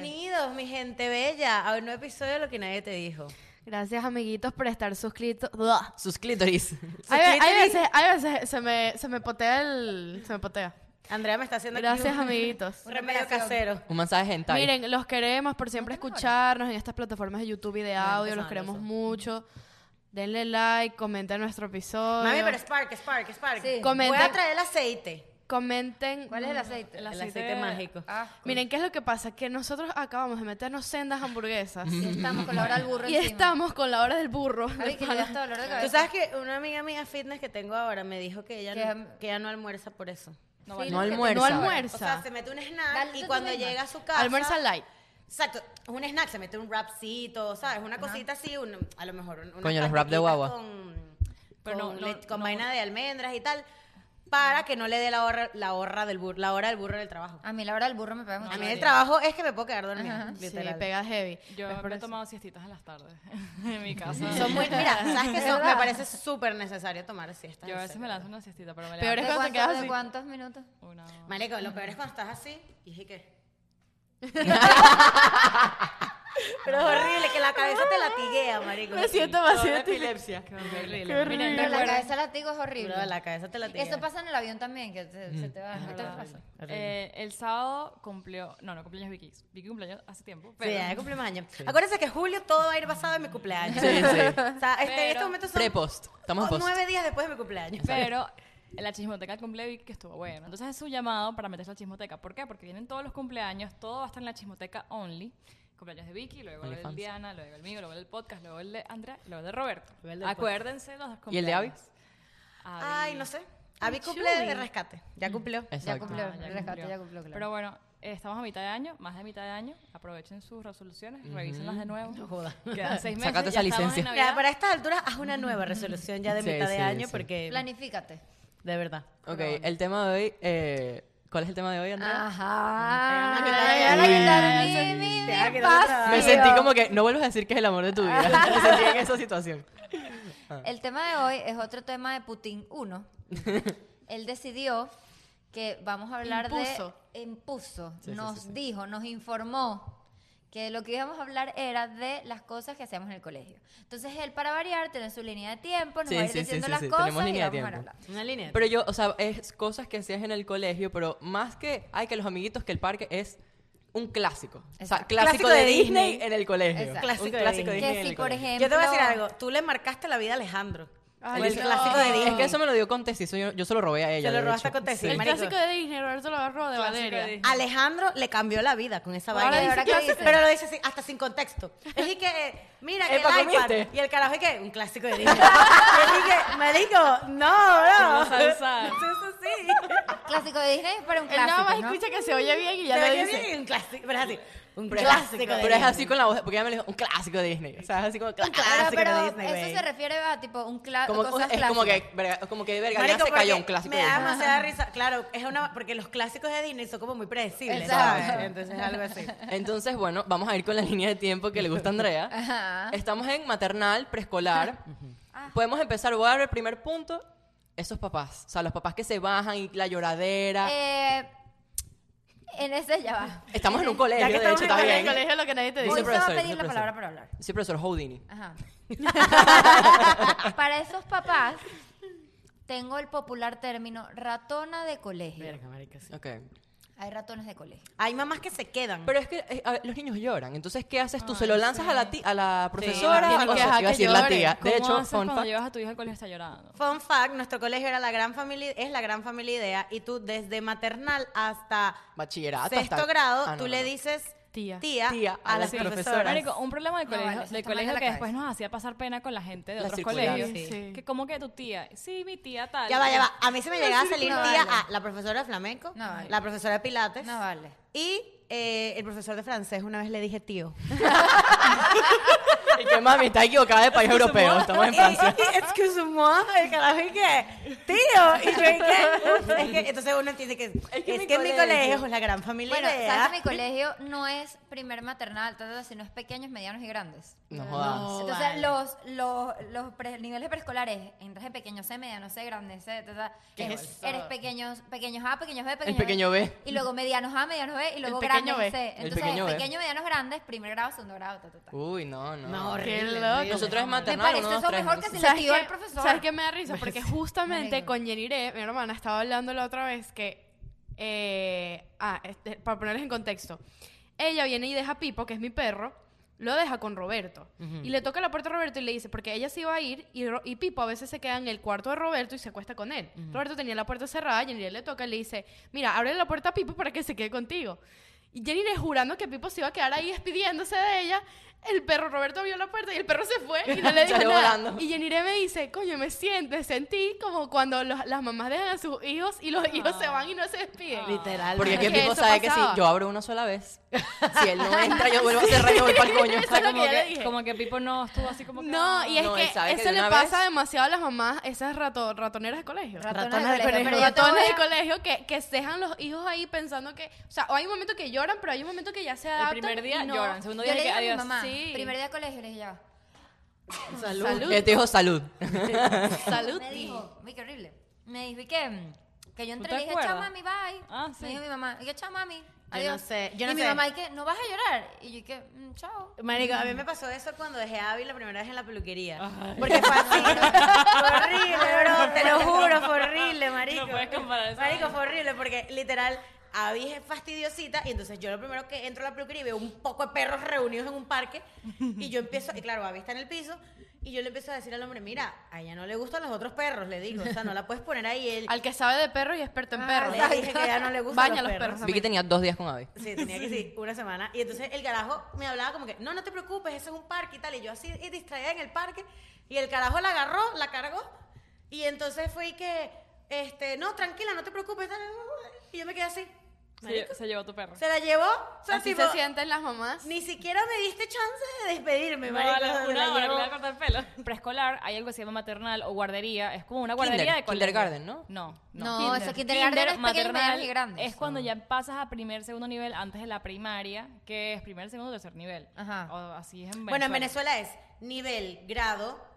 mi gente bella, a un nuevo episodio de Lo que nadie te dijo. Gracias, amiguitos, por estar suscritos. Sus clítoris. Hay, ve- hay clítoris. veces, hay veces se me, se me potea el. Se me potea. Andrea me está haciendo aquí Gracias, un- amiguitos. un remedio casero. Un mensaje hentai. Miren, los queremos por siempre escucharnos en estas plataformas de YouTube y de audio. Los empezando queremos eso. mucho. Denle like, comenten nuestro episodio. Mami, pero Spark, Spark, Spark. Sí. Voy Comenta- a traer el aceite. Comenten. ¿Cuál es el aceite? El aceite mágico. Ah, Miren, ¿qué es lo que pasa? Que nosotros acabamos de meternos sendas hamburguesas. sí, estamos con la hora del burro. Y encima. estamos con la hora del burro. A mí que me da hasta dolor de cabeza. Tú sabes que una amiga mía fitness que tengo ahora me dijo que ella, Que- no, que ella no almuerza por eso. No, no vale. almuerzo. No Almuerza. O almuerza. sea, se mete un snack Dale, tú y tú cuando misma. llega a su casa. almuerza light. Exacto, un snack, se mete un rapcito, ¿sabes? Una cosita así, un- a lo mejor un, unas Coño, los wrap de galletitas guagua. Con, Pero con no, no, le- con vaina de almendras y tal, para que no le dé la hora, la hora del burro, la hora del burro del trabajo. A mí la hora del burro me pega mucho. a mí el trabajo es que me puedo quedar dormida, Sí, literal. pega heavy. Yo Pues por me he eso. tomado siestitas en las tardes en mi casa. Son muy, mira, ¿sabes qué son? Me ¿Verdad? parece súper necesario tomar siestas. Yo a en veces serio. me lanzo una siestita, pero me Peor levanto es ¿De, cuando te cuánto- quedas de así. cuántos minutos? una... Marico, lo peor es cuando estás así y dije que. Pero es horrible, que la cabeza te latiguea, marico. Me siento vacío. epilepsia. Qué horrible. Qué horrible. Miren, Pero la recuerden- cabeza latigo es horrible. Bro, la cabeza te latiguea. Eso pasa en el avión también, que te- se te va. ¿No te pasa? eh, el sábado cumplió, no, no cumpleaños Vicky, Vicky cumpleaños hace tiempo, Sí, pero ya cumpleaños. años. Acuérdense que julio todo va a ir basado en mi cumpleaños. Sí, sí. O sea, este, en Pero- estos momentos son Prepost. Estamos en post. nueve días después de mi cumpleaños. Pero la chismoteca del cumple de Vicky que estuvo bueno. Entonces es un llamado para meterse a la chismoteca. ¿Por qué? Porque vienen todos los cumpleaños, todo va a estar en la chismoteca only. Cumpleaños de Vicky, luego el de OnlyFans. Diana, luego el mío, luego el del podcast, luego el de Andrea, luego el de Roberto. Luego el del Acuérdense los dos cumpleaños. ¿Y el de Abby? Abby. Ay, no sé. Abby Ay, cumple Chuy. de rescate. Ya cumplió. Ya Exacto. cumplió, Ah, ya rescate, cumplió. ya cumplió, claro. Pero bueno, eh, estamos a mitad de año, más de mitad de año. Aprovechen sus resoluciones, revísenlas de nuevo. No jodas. Quedan seis meses. Sácate esa ya estamos en licencia. Mira, Navidad. para estas alturas haz una nueva resolución ya de Sí, mitad de sí, año sí. porque Planifícate. de verdad. Ok, el tema de hoy. eh, ¿Cuál es el tema de hoy, Andrea? Ajá. Te van a Ay, quitar- ahora Uy. quitar mi- mi- Te van a mi quitar el espacio. Me sentí como que no vuelvas a decir que es el amor de tu vida. Me sentí en esa situación. El tema de hoy es otro tema de Putin 1. Él decidió que vamos a hablar Impuso. de... Impuso. Sí, sí, nos sí, sí. dijo, nos informó que lo que íbamos a hablar era de las cosas que hacíamos en el colegio. Entonces él, para variar, tiene su línea de tiempo, nos Sí, va a ir sí, sí, diciendo sí, las sí, cosas tenemos y línea de vamos a tiempo. hablar. Una línea. Pero yo, o sea, es cosas que hacías en el colegio, pero más que, ay, que los amiguitos, que el parque es un clásico. O sea, Exacto. clásico, Clásico de, de Disney, Disney. en el colegio. Exacto. Un Clásico de clásico de Disney. Disney. Que en si, el por colegio. Yo te voy a decir ejemplo- algo. Tú le marcaste la vida a Alejandro. Ay, el no. clásico de Disney. Es que eso me lo dio con Tessy, soy yo, yo se lo robé a ella. Se lo de robaste hecho. con Tessy, Sí. El marico. clásico de Disney, Roberto lo agarró de Clásico de Valeria. Disney. Alejandro le cambió la vida con esa Ahora vaina. dice Ahora que clásico, dice. Pero lo dice así, hasta sin contexto. Es y que, eh, mira, que el Epa, iPad. ¿comiste? Y el carajo, ¿y que Un clásico de Disney. y es que, marico, no, no. Una salsa. Sí, sí, sí. Clásico de Disney, pero un Él nada clásico, más ¿no? escucha que se oye bien y ya Pero lo que dice. sí, Un clásico, pero es así. Un Pero es- clásico de Pero es Disney. así con la voz, porque ella me lo dijo, un clásico de Disney. O sea, es así como clásico. Pero, clásico de pero Disney, eso güey. se refiere a tipo un cla- Como, Ah, cosas es como clásicas. que, verga, como que, verga, Marico, ya se cayó porque un clásico me de da Disney. demasiada risa. Claro, es una, porque los clásicos de Disney son como muy predecibles, Exacto. ¿sabes? Entonces, algo así. Entonces, bueno, vamos a ir con la línea de tiempo que le gusta a Andrea. Ajá. Estamos en maternal, preescolar. Ah. Podemos empezar, voy a dar el primer punto. Esos papás, o sea, los papás que se bajan y la lloradera. Eh, en ese ya va. estamos en un colegio, que de estamos hecho, en está un En el bien. colegio lo que nadie te Dice Hoy dice. el se va a profesor, dice pedir la el palabra profesor. para hablar. Sí, profesor Houdini. Ajá. Para esos papás, tengo el popular término ratona de colegio. Verga, marica, Ah, sí. Ok. Hay ratones de colegio. Hay mamás que se quedan. Pero es que eh, a ver, los niños lloran, entonces, ¿qué haces tú? ¿Se lo lanzas a, la ti- a la profesora? tienes o que dejar sea, te iba a que decir la llore. tía. De ¿Cómo hecho, haces fun cuando fact, llevas a tu hijo al colegio y está llorando? Fun fact, nuestro colegio era la gran familia, es la gran familia idea y tú desde maternal hasta bachillerato. sexto hasta- grado, Ah, no, tú no, le no. dices Tía. Tía a, a las las profesoras. profesoras. Marico, un problema del No, colegio, vale, eso del está mal de colegio la que después cabeza. nos hacía pasar pena con la gente de La otros circular, colegios. sí. Sí. Que como que tu tía, sí, mi tía tal. Ya va, ya va. A mí se me llegaba a salir No tía vale. a la profesora de flamenco, No vale. la profesora de pilates No vale. y eh, el profesor de francés. Una vez le dije tío. Y que mami, está equivocada de país europeo. Estamos en Eh, Francia. Excuse me, el carajo, ¿y qué? Tío, y yo, ¿y qué? Es que, entonces uno entiende que es que, mi mi colegio- colegio es la gran familia Bueno, idea. sabes que mi colegio no es primer maternal, ta, ta, ta, sino es pequeños, medianos y grandes. No jodas. Entonces, vale. los, los, los pre- niveles preescolares, entras en pequeño C, mediano C, grande C, ta, ta. ¿Qué Eres- es eso? Eres pequeños, pequeños A, pequeños B, pequeños pequeño B. Y luego medianos A, medianos B, y luego pequeño grandes B. C. El Entonces, pequeño B. pequeño, medianos, grandes, primer grado, segundo grado, ta, ta, ta. Uy, no, no. No, horrible. Qué loco. Nosotros es Me maternal. parece uno, dos, eso tres, mejor no que sé. si le ¿Sabes tiró qué? al profesor. ¿Sabes qué me da risa? Porque justamente Marico. con Yeniré, mi hermana, estaba hablando la otra vez que. eh, ah, este, para ponerles en contexto. Ella viene y deja a Pipo, que es mi perro, lo deja con Roberto. Y le toca la puerta a Roberto y le dice, porque ella se iba a ir y, Ro- y Pipo a veces se queda en el cuarto de Roberto y se acuesta con él. Roberto tenía la puerta cerrada, Yeniré le toca y le dice, mira, abre la puerta a Pipo para que se quede contigo. Y Jenny jurando que Pipo se iba a quedar ahí despidiéndose de ella. El perro Roberto vio la puerta y el perro se fue y no le dijo Salió nada. volando. Y Jenny me dice, coño, me siento, sentí como cuando los- las mamás dejan a sus hijos y los hijos se van y no se despiden. Ah. Literal. Porque Es aquí el que tipo eso sabe que pasaba. si yo abro una sola vez, si él no entra, yo vuelvo a cerrar, yo vuelvo al coño. O sea, Eso es lo como, que yo le que, dije. como que Pipo no estuvo así como que... ah. No, y es No, que él sabe que eso de le una pasa vez- demasiado a las mamás, esas rato- ratoneras de colegio. Ratones Ratones de de colegio. colegio. pero yo te ratones voy de a- colegio que, que se dejan los hijos ahí pensando que, o sea, o hay un momento que lloran, pero hay un momento que ya se El adaptan. primer día y no. lloran, segundo Yo día le de que dije a mi adiós. mamá, sí. primer día de colegio, le dije ya. Salud. Este dijo salud. Salud. Me dijo, uy, qué horrible. Me dijo, ¿y qué? Que yo entré te y le dije, chao, acuerdas? mami, bye. Ah, sí. Me dijo mi mamá, y yo, chao, mami, no adiós. sé, yo no y mi sé. mamá, ¿y qué? ¿No vas a llorar? Y yo, ¿y qué? "Mm, Chao. Marico, a mí me pasó eso cuando dejé a Abby la primera vez en la peluquería. Porque fue así. fue horrible, bro. Te lo juro, fue horrible, marico. No puedes comparar esa Marico, fue horrible porque literal. Abby es fastidiosita y entonces yo lo primero que entro a la peluquería y veo un poco de perros reunidos en un parque y yo empiezo, y claro, Abby está en el piso y yo le empiezo a decir al hombre, mira, a ella no le gustan los otros perros, le digo, o sea, no la puedes poner ahí. Él, Al que sabe de perro y experto en perros. le dije que a ella no le gustan Baña los perros. Vi que tenía dos días con Abby. Sí, tenía que sí, una semana. Y entonces el carajo me hablaba como que, no, no te preocupes, ese es un parque y tal. Y yo así y distraída en el parque. Y el carajo la agarró, la cargó. Y entonces fue y que, este, no, tranquila, no te preocupes. tal, Y yo me quedé así. Se, Marico, lle- se llevó tu perro. Se la llevó. O sea, Así tipo, se sienten las mamás. ni siquiera me diste chance de despedirme, No, marico, a la- se una la hora que llevó. le va a cortar el pelo. Preescolar, hay algo que se llama maternal o guardería. Es como una guardería Kinder, de colegio. kindergarten, ¿no? No, No, eso kindergarten es pequeños, medianos y grandes. Es cuando ya pasas a primer, segundo nivel antes de la primaria, que es primer, segundo, tercer nivel. Ajá. O así es en Venezuela. Bueno, en Venezuela es nivel, grado,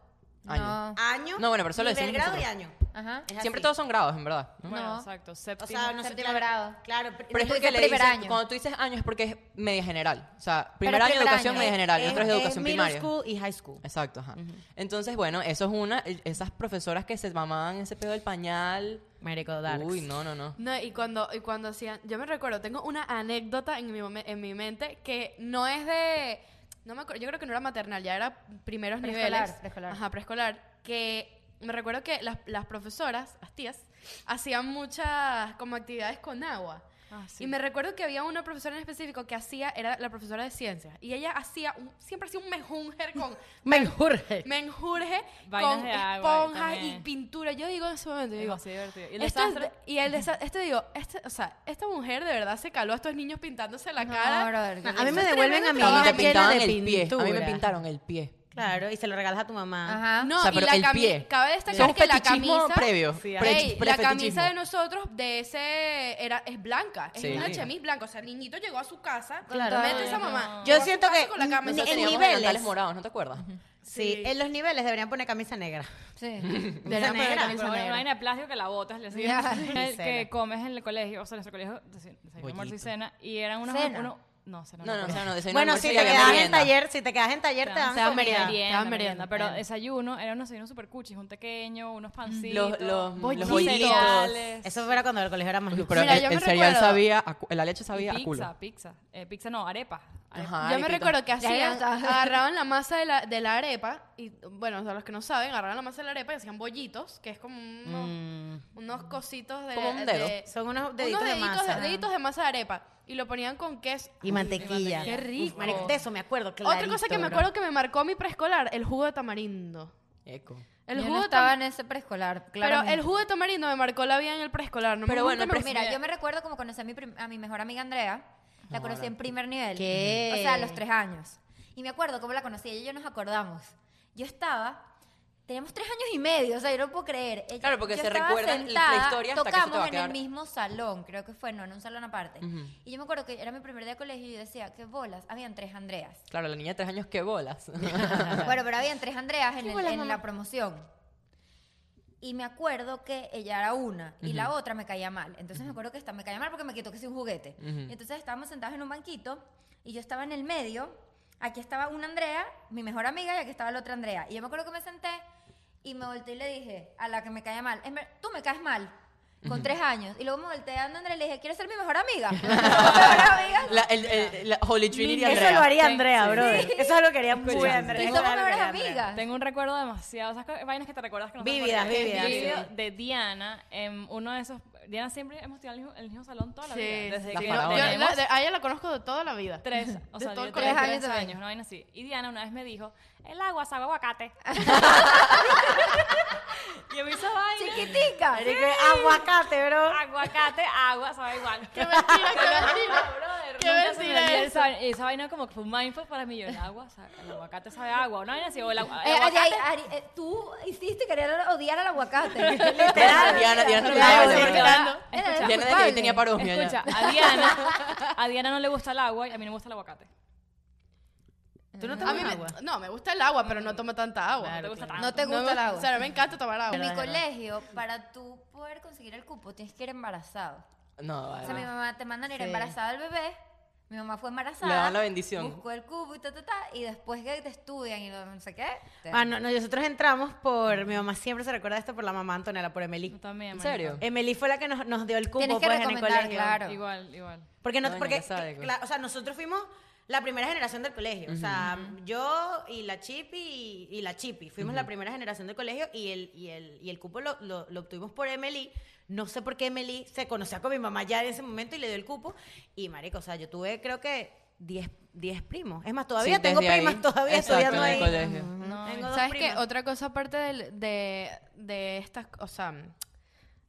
Año. No. año. No, bueno, pero eso lo Nivel, decimos grado y nosotros. año. Ajá. Es Siempre así. todos son grados, en verdad. ¿no? Bueno, No. exacto. O Séptimo. sea, no sé, Séptimo claro, grado. Claro, Pero es Tú porque dices le primer dices- año. cuando tú dices años es porque es media general. O sea, primer año de primer educación año. media general, y otro es de educación middle primaria. school y high school. Exacto, ajá. Entonces, bueno, eso es una, el- esas profesoras que se mamaban ese pedo del pañal. Marico Uy, no, no, no. No, y cuando, y cuando hacían, yo me recuerdo, tengo una anécdota en mi, mome- en mi mente que no es de, no me acuerdo, yo creo que no era maternal, ya era primeros Preescolar, niveles. preescolar. Ajá, preescolar, que me recuerdo que las, las profesoras, las tías, hacían muchas como actividades con agua. Ah, sí. Y me recuerdo que había una profesora en específico que hacía, era la profesora de ciencias, y ella hacía, un- siempre hacía un mejunjer con, Menjurje. menjurje Vainas con de agua, esponjas también. y pintura. Yo digo en ese momento, yo Es digo, demasiado divertido. ¿Y el esto es desastre? de- y el desa- este digo, este, o sea, esta mujer de verdad se caló a estos niños pintándose la cara. Este brother, qué A mí me lindo. devuelven a mi A mí hija te llena pintaban de el pie. pintura. A mí me pintaron el pie. Claro, y se lo regalas a tu mamá. Ajá. No, O sea, y pero la el cami- pie. cabe Eso destacar es que la fetichismo camisa previo. Sí, Pre- hay- Ey, la prefetichismo. camisa de nosotros de ese era es blanca, es Sí. una chemise blanca, o sea, el niñito llegó a su casa, Claro. mete esa Ay, mamá. no. Yo llegó a su siento casa que con la cama- ni- Nosotros en teníamos niveles. delantales morados, ¿no te acuerdas? Sí. en los niveles deberían poner camisa negra. Sí. Camisa negra. poner camisa Pero bueno, negra. una vaina de plástico que la botas, le sigues. El que Cena. comes en el colegio, o sea, en nuestro colegio, desayuno, almuerzo y Bollito. cena, y eran unos... Cena. uno- no, cena No, no, o pero- sea, no, desayuno, Bueno, almuerzo si y te había quedas en merienda. taller, si te quedas en taller, te dan Te dan comida. Te merienda, dan merienda, merienda, pero merienda. desayuno, era un desayuno súper cuchis, un pequeño, unos pancitos, Los, los, Bollitos. los bollitos. cereales, Eso era cuando el colegio era más Uy, lujo. Pero Mira, el, yo me el cereal recuerdo- sabía, a cu- la leche sabía y a culo. pizza, pizza, Eh, pizza no, arepa. Ajá, Yo me arepita. recuerdo que hacían, ya está. agarraban la masa de la, de la arepa, y bueno, para los que no saben, agarraban la masa de la arepa y hacían bollitos, que es como Mm, unos, unos cositos de... Como un dedo. de- Son unos unos deditos de masa. deditos de masa de arepa, y lo ponían con queso. Y mantequilla. Qué rico. Marico, de eso me acuerdo, Otra cosa clarito, que me bro. acuerdo que me marcó mi preescolar, el jugo de tamarindo. Eco. El Yo jugo no de estaba tam- en ese preescolar, Pero claro. el jugo de tamarindo me marcó la vida en el preescolar. No me- Pero bueno, nunca me el gustó. pues Mira, yo me recuerdo como conocí a mi, prim- a mi mejor amiga Andrea. La conocí en primer nivel. ¿Qué? O sea, a los tres años. Y me acuerdo cómo la conocí, ella y yo nos acordamos. Yo estaba, teníamos tres años y medio, o sea, yo no puedo creer. Ella- Claro, porque yo se estaba recuerda la- la sentada, historia hasta que eso te va a Tocamos en quedar. el mismo salón, creo que fue, no, en un salón aparte. Ujú. Y yo me acuerdo que era mi primer día de colegio y yo decía, qué bolas, habían tres Andreas. Claro, la niña de tres años, qué bolas. bueno, pero habían tres Andreas en, Qué el- bolas, en mamá. la promoción. Y me acuerdo que ella era una y la otra me caía mal. Entonces me acuerdo que esta me caía mal porque me quitó que soy un juguete. Ujú. Y entonces estábamos sentados en un banquito y yo estaba en el medio. Aquí estaba una Andrea, mi mejor amiga, y aquí estaba la otra Andrea. Y yo me acuerdo que me senté y me volteé y le dije a la que me caía mal, "En ver- tú me caes mal. Con tres años. Y luego me volteé a Andrea y le dije, ¿quieres ser mi mejor amiga? Mi mejor amiga. la, el- el- la Holy Trinity Eso Andrea. lo haría Sí, Andrea, sí. brother. Eso es lo que haría muy Escucha, Andrea. Y Eso somos es lo que mejores haría Andrea. amigas. Tengo un recuerdo demasiado, esas co- vainas que te recuerdas que no te Vívidas, acuerdas. vívidas, Un video sí. de Diana en uno de esos Diana siempre hemos tenido el mismo, el mismo salón toda la Sí, vida, desde sí. que La nos Yo faraona. tenemos la- de- a ella la conozco de toda la vida. tres, o De sea, todo yo el tenía colegio. tres Tres años años, una vaina así. Y Diana una vez me dijo, "El agua sabe aguacate." y a mí esa vaina Chiquitica. Marica, Aguacate, bro. aguacate, agua sabe igual. ¡Qué mentira, qué mentira! Brother, Qué nunca se me mentira olvida eso. esa, vaina- esa vaina como que fue un mindfuck para mí. Yo, el agua, sabe- el aguacate sabe a agua. Una vaina así, o el, agua- el Eh, Ari- aguacate Ari- eh, tú hiciste querer odiar al aguacate. Literal. Diana, Claro, Diana, Diana, sí, Diana. claro. Era Diana de que culpable. yo tenía parosmia ya. Escucha, a Diana, a Diana no le gusta el agua y a mí no me gusta el aguacate. ¿Tú no A mí tomas me- agua? no, me gusta el agua, pero no tomo tanta agua. no te gusta No te No me- gusta el agua. O sea, no me encanta tomar agua. en mi Verdad, verdad. colegio, para tú poder conseguir el cupo, tienes que ir embarazado. No, O sea, mi vale. mamá te mandan a ir Sí. embarazada al bebé. Mi mamá fue embarazada. Le dan la bendición. Buscó el cupo y ta, ta, ta. Y después que te estudian y lo- no sé qué. te- Ah, no, no, nosotros entramos por. Mi mamá siempre se recuerda esto por la mamá Antonella, por Emily. Yo también, ¿En marica. serio? Emily fue la que nos, nos dio el cupo Tienes que pues, en el recomendar, colegio. claro. Igual, igual. Porque, no, Doña porque Casada, que- güey. cla- o sea, nosotros fuimos la primera generación del colegio. O sea, yo y la Chipi y, y la Chipi fuimos la primera generación del colegio y el, y el, y el cupo lo, lo- lo obtuvimos por Emily. No sé por qué Emily se conocía con mi mamá ya en ese momento y le dio el cupo. Y marico, o sea, yo tuve creo que 10 10 primos. Es más, todavía Sí, tengo desde ahí. primas todavía Exacto, estudiando en el ahí. colegio. No, Tengo dos ¿Sabes qué? primas. Otra cosa aparte del- de, de estas, o sea,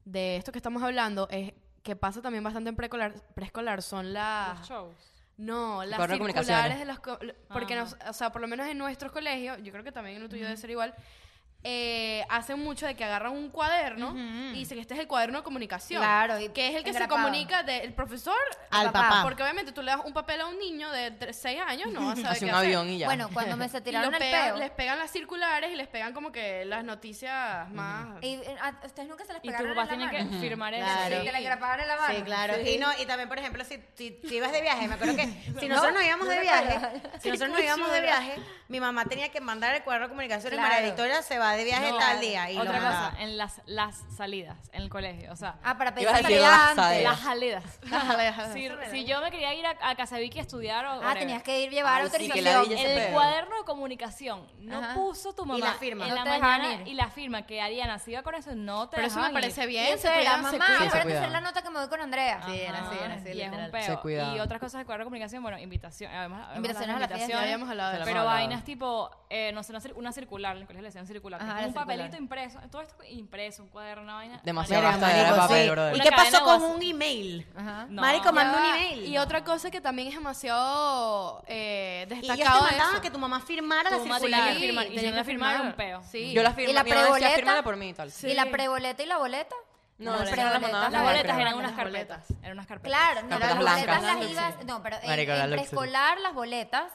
de esto que estamos hablando es que pasa también bastante en preescolar, preescolar son las... Los shows. No, las Correo de comunicaciones. circulares de los... co- lo- Porque, Ah. nos- o sea, por lo menos en nuestros colegios, yo creo que también en el tuyo debe ser igual, eh, hacen mucho de que agarran un cuaderno y dicen que este es el cuaderno de comunicación. Claro, y Que es el que engrapado. se comunica del profesor Al papá. Porque obviamente tú le das un papel a un niño de 6 años, no va a saber Hace qué un hacer. avión y ya. Bueno, cuando me se Y tiraron lo el pegan- peo. les pegan las circulares y les pegan como que las noticias más... Y eh, a ustedes nunca se les Y tus pegaron papás en la tienen mano. que firmar eso. Claro. Sí, Sí. te la grababan en la mano. Sí, claro. Sí. Y, no, y también, por ejemplo, si, si- si ibas de viaje, me acuerdo que si No, nosotros nos íbamos no de me viaje, acuerdo. si nosotros nos íbamos de viaje, mi mamá tenía que mandar el cuadro de comunicaciones Claro. María Victoria se va de viaje No, tal día. Y lo Otra mandaba. cosa, en las, las salidas, en el colegio. O sea, Ah, para Ibas a pensar decir antes. baza, eh. las salidas. Déjala, déjala. si, si yo me quería ir a, a Casabiki a estudiar o Ah, whatever, tenías que ir llevar Ay, sí, que autorización. la villa se El Pero- cuaderno de comunicación no Ajá. puso tu mamá la firma. en No la te dejaban mañana ir. y la firma que Ariana se iba con eso no te Pero eso me dejaban ir. parece Y bien. eso era, cuidan, se mamá, cuidan. acuérdate de cuidaban. hacer la nota que me voy con Andrea. Sí, era así, era así, Ah, y es un literal. peo. Se cuidaban. Y otras cosas de cuadro de comunicación, bueno, invitación, además, además Invitaciones las a la fiesta, Ya invitaciones, habíamos hablado de Pero eso. Pero Vamos a hablar. vainas tipo, eh, no sé, una, cir- una circular, en el colegio le decían circular. Ajá, que la es un circular. papelito impreso, todo esto impreso, un cuaderno, una vaina. Demasiado Verga, Marica, basta de marico, papel, sí. brother. ¿Y Una qué cadena pasó de con WhatsApp. un email? Ajá. No. Marico, manda un Ya va. email. Y otra cosa que también es demasiado eh, Y ellos te destacado de mandaban eso. que tu mamá firmara la Tu mamá tenía circular. que firmar, y si tenía no que la firmaron, firmar. un peo. Sí. Yo las firma, ¿Y la mi mamá decía, preboleta? fírmala por mí y tal. ¿Y la preboleta y la boleta? No, Las eso no las preboletas, mandaba Las Las boletas eran boletas, unas las boletas. carpetas. Eran unas carpetas. Claro, no, Carpetas las blancas. boletas las Las ibas. luxury. No, pero en, Marico, en las luxury. preescolar las boletas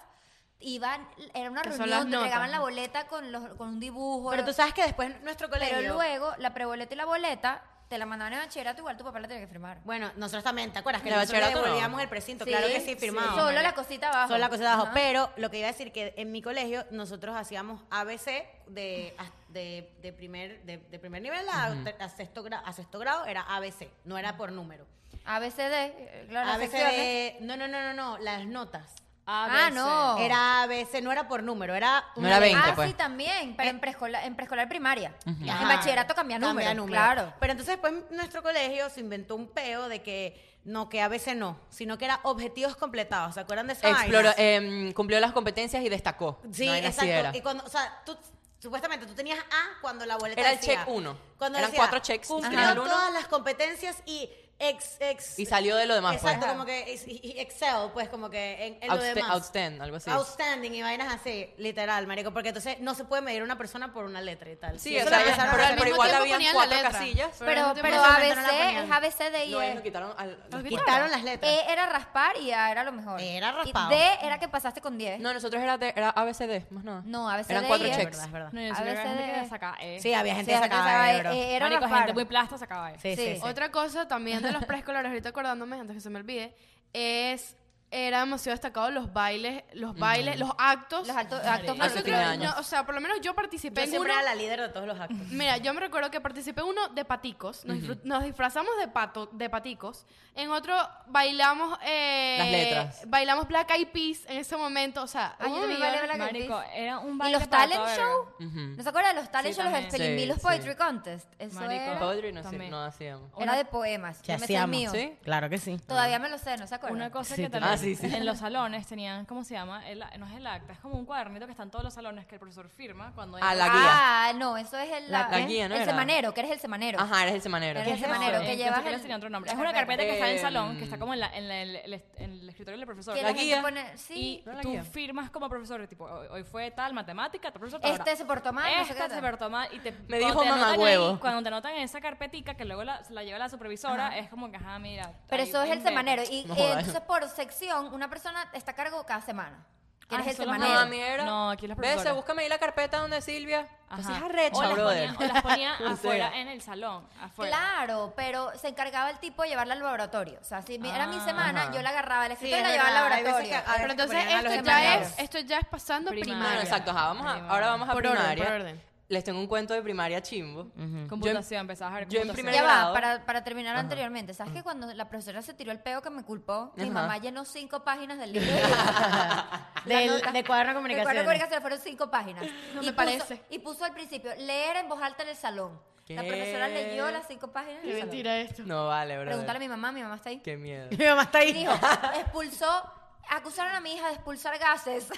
iban. Era una Que son reunión, las te entregaban notas. la boleta con, los, con un dibujo. Pero tú sabes que después nuestro colegio... Pero luego la preboleta y la boleta te la mandaban en bachillerato, igual tu papá la tenía que firmar. Bueno, nosotros también, ¿te acuerdas? Que ¿De nosotros le bachillerato no? devolvíamos el precinto, claro que sí, firmado. Solo la cosita abajo. Solo la cosa de abajo. Ajá. Pero lo que iba a decir que en mi colegio nosotros hacíamos ABC de, de, de primer, de, de primer nivel a, a sexto grado, a sexto grado era ABC, no era por número. ABCD, eh, claro, las ABC secciones. de, no, no, no, no, no, las notas. A, Ah, B, no. C. Era ABC, no era por número, era No una era letra. 20, ah, pues. sí, también, pero en preescolar, en preescolar primaria. Ajá. En bachillerato cambia número, claro. Pero entonces después nuestro colegio se inventó un peo de que no, que a veces no, sino que era objetivos completados. ¿Se acuerdan de esa Exploró, vaina? em, cumplió las competencias y destacó. Sí, No, era así exacto. era. Y cuando, o sea, tú Supuestamente tú tenías A cuando la boleta Era el decía- check uno. Cuando Eran decía, cuatro checks, Cumplió escribías el uno. todas las competencias y ex, ex. Y salió de lo demás, pues. Exacto, como que ex- y- y excel, pues como que en, en lo Outsta- demás. outstand, algo así. Outstanding y vainas así, literal, marico. Porque entonces no se puede medir una persona por una letra y tal. Sí, Y eso o lo sea, empezaron a pero, hacer pero también. igual tiempo habían ponían la cuatro letra. casillas. Pero al Pero, mismo pero tiempo solamente no la ABC ponían. es ABC de No, ellos lo IE. quitaron al- ¿Lo los quitaron? cuatro. Quitaron las letras. E era raspar y A era lo mejor. E era Y raspado. D era que pasaste con 10. No, nosotros era, de- era ABCD, más nada. No, ABCD Eran cuatro y es checks. Es verdad, es No, verdad. yo A sí veces gente de- que sacaba E. Sí, había gente Sí, que la gente sacaba sacaba de, bro. E, era Marico, raspar. gente muy plasta sacaba E. eh, Sí, sí, sí. sí. Otra cosa también de los preescolares, ahorita acordándome, antes que se me olvide, es era demasiado destacado los bailes, los bailes, los actos. Los alto- Hace actos Nosotros- formativos. fin de año. no, o sea, por lo menos yo Yo participé en siempre uno. era la líder de todos los actos. Mira, yo me recuerdo que participé en uno de paticos, nos, disfrut- nos disfrazamos de pato, de paticos. En otro bailamos eh, Las letras. bailamos Black Eyed Peas en ese momento, o sea, Ah, Ay, yo un millón- también bailé Black Eyed Marico, Peas. era un Y baile los para talent toda show. verga. Ujú. ¿No se acuerdan de los talent Sí, show? Los también. Spelling Bee, Sí, los sí. Poetry Contest. Eso Marico. era, Poetry no, hacía- También. no hacíamos. era de poemas. Que Yo me sé el hacíamos. mío. ¿Sí? Claro que sí. Todavía me lo sé, no se acuerdan. Una cosa Sí, que claro. también Ah, sí, sí. en los salones tenían, ¿cómo se llama? El- no es el acta, es como un cuadernito que está en todos los salones que el profesor firma cuando Ah, la- ah, no, eso es el, La- la ¿eh? guía, ¿no el era? semanero, que eres el semanero. Ajá, eres el semanero. Eres el Eso, semanero, eh, que yo sé llevas que el- eso tenía otro nombre. la Es una carpeta. carpeta que está en el Eh, salón, que está como en, la- en la- en el, en el escritorio del profesor. que la la gente guía. pone- sí. Y tú firmas como profesor, tipo, hoy hoy fue tal, matemática, tal profesor. Este se portó mal, no sé Este qué tal. se portó mal. Y te, Me cuando dijo te mamá anotan huevo. ahí, cuando te anotan en esa carpetica que luego la, se la lleva la supervisora, es como que, ajá, mira. Pero ahí- eso es ahí el me- semanero. Y No eh, jodas. entonces por sección, una persona está a cargo cada semana. Que Ah, eres el solo No, a semanero. mí era- No, aquí los Ves, profesores. búscame ahí la carpeta donde Silvia. Ajá. Así es arrecha, o las brother. Ponía, o las ponía O sea. afuera en el salón. Afuera. Claro, pero se encargaba el tipo de llevarla al laboratorio. O sea, si mi- era mi Ah. semana, Ajá. yo la agarraba, la Sí, escritora y es la llevaba al verdad, hay veces laboratorio. que- a Pero veces Pero entonces ponían a esto los ya semanarios. es esto ya es pasando Primaria. primaria. Bueno, Ah, exacto. ajá, vamos a- ahora vamos a Por orden, primaria. por orden. Les tengo un cuento de primaria chimbo. Computación, empezabas a ver yo en computación. primer- ya va, grado. para, para terminar anteriormente, ¿sabes que cuando la profesora se tiró el peo que me culpó, mi Ajá. mamá llenó cinco páginas del libro? La Del- de cuaderno nota. de De cuaderno de comunicaciones. comunicaciones fueron cinco páginas. No y me puso, parece. Y puso al principio, leer en voz alta en el salón. La ¿Qué? profesora leyó las cinco páginas en Qué el salón. mentira esto. No vale, bro. Pregúntale a mi mamá, mi mamá está ahí. Qué miedo. Mi mamá está ahí. Dijo, expulsó, acusaron a mi hija de expulsar gases.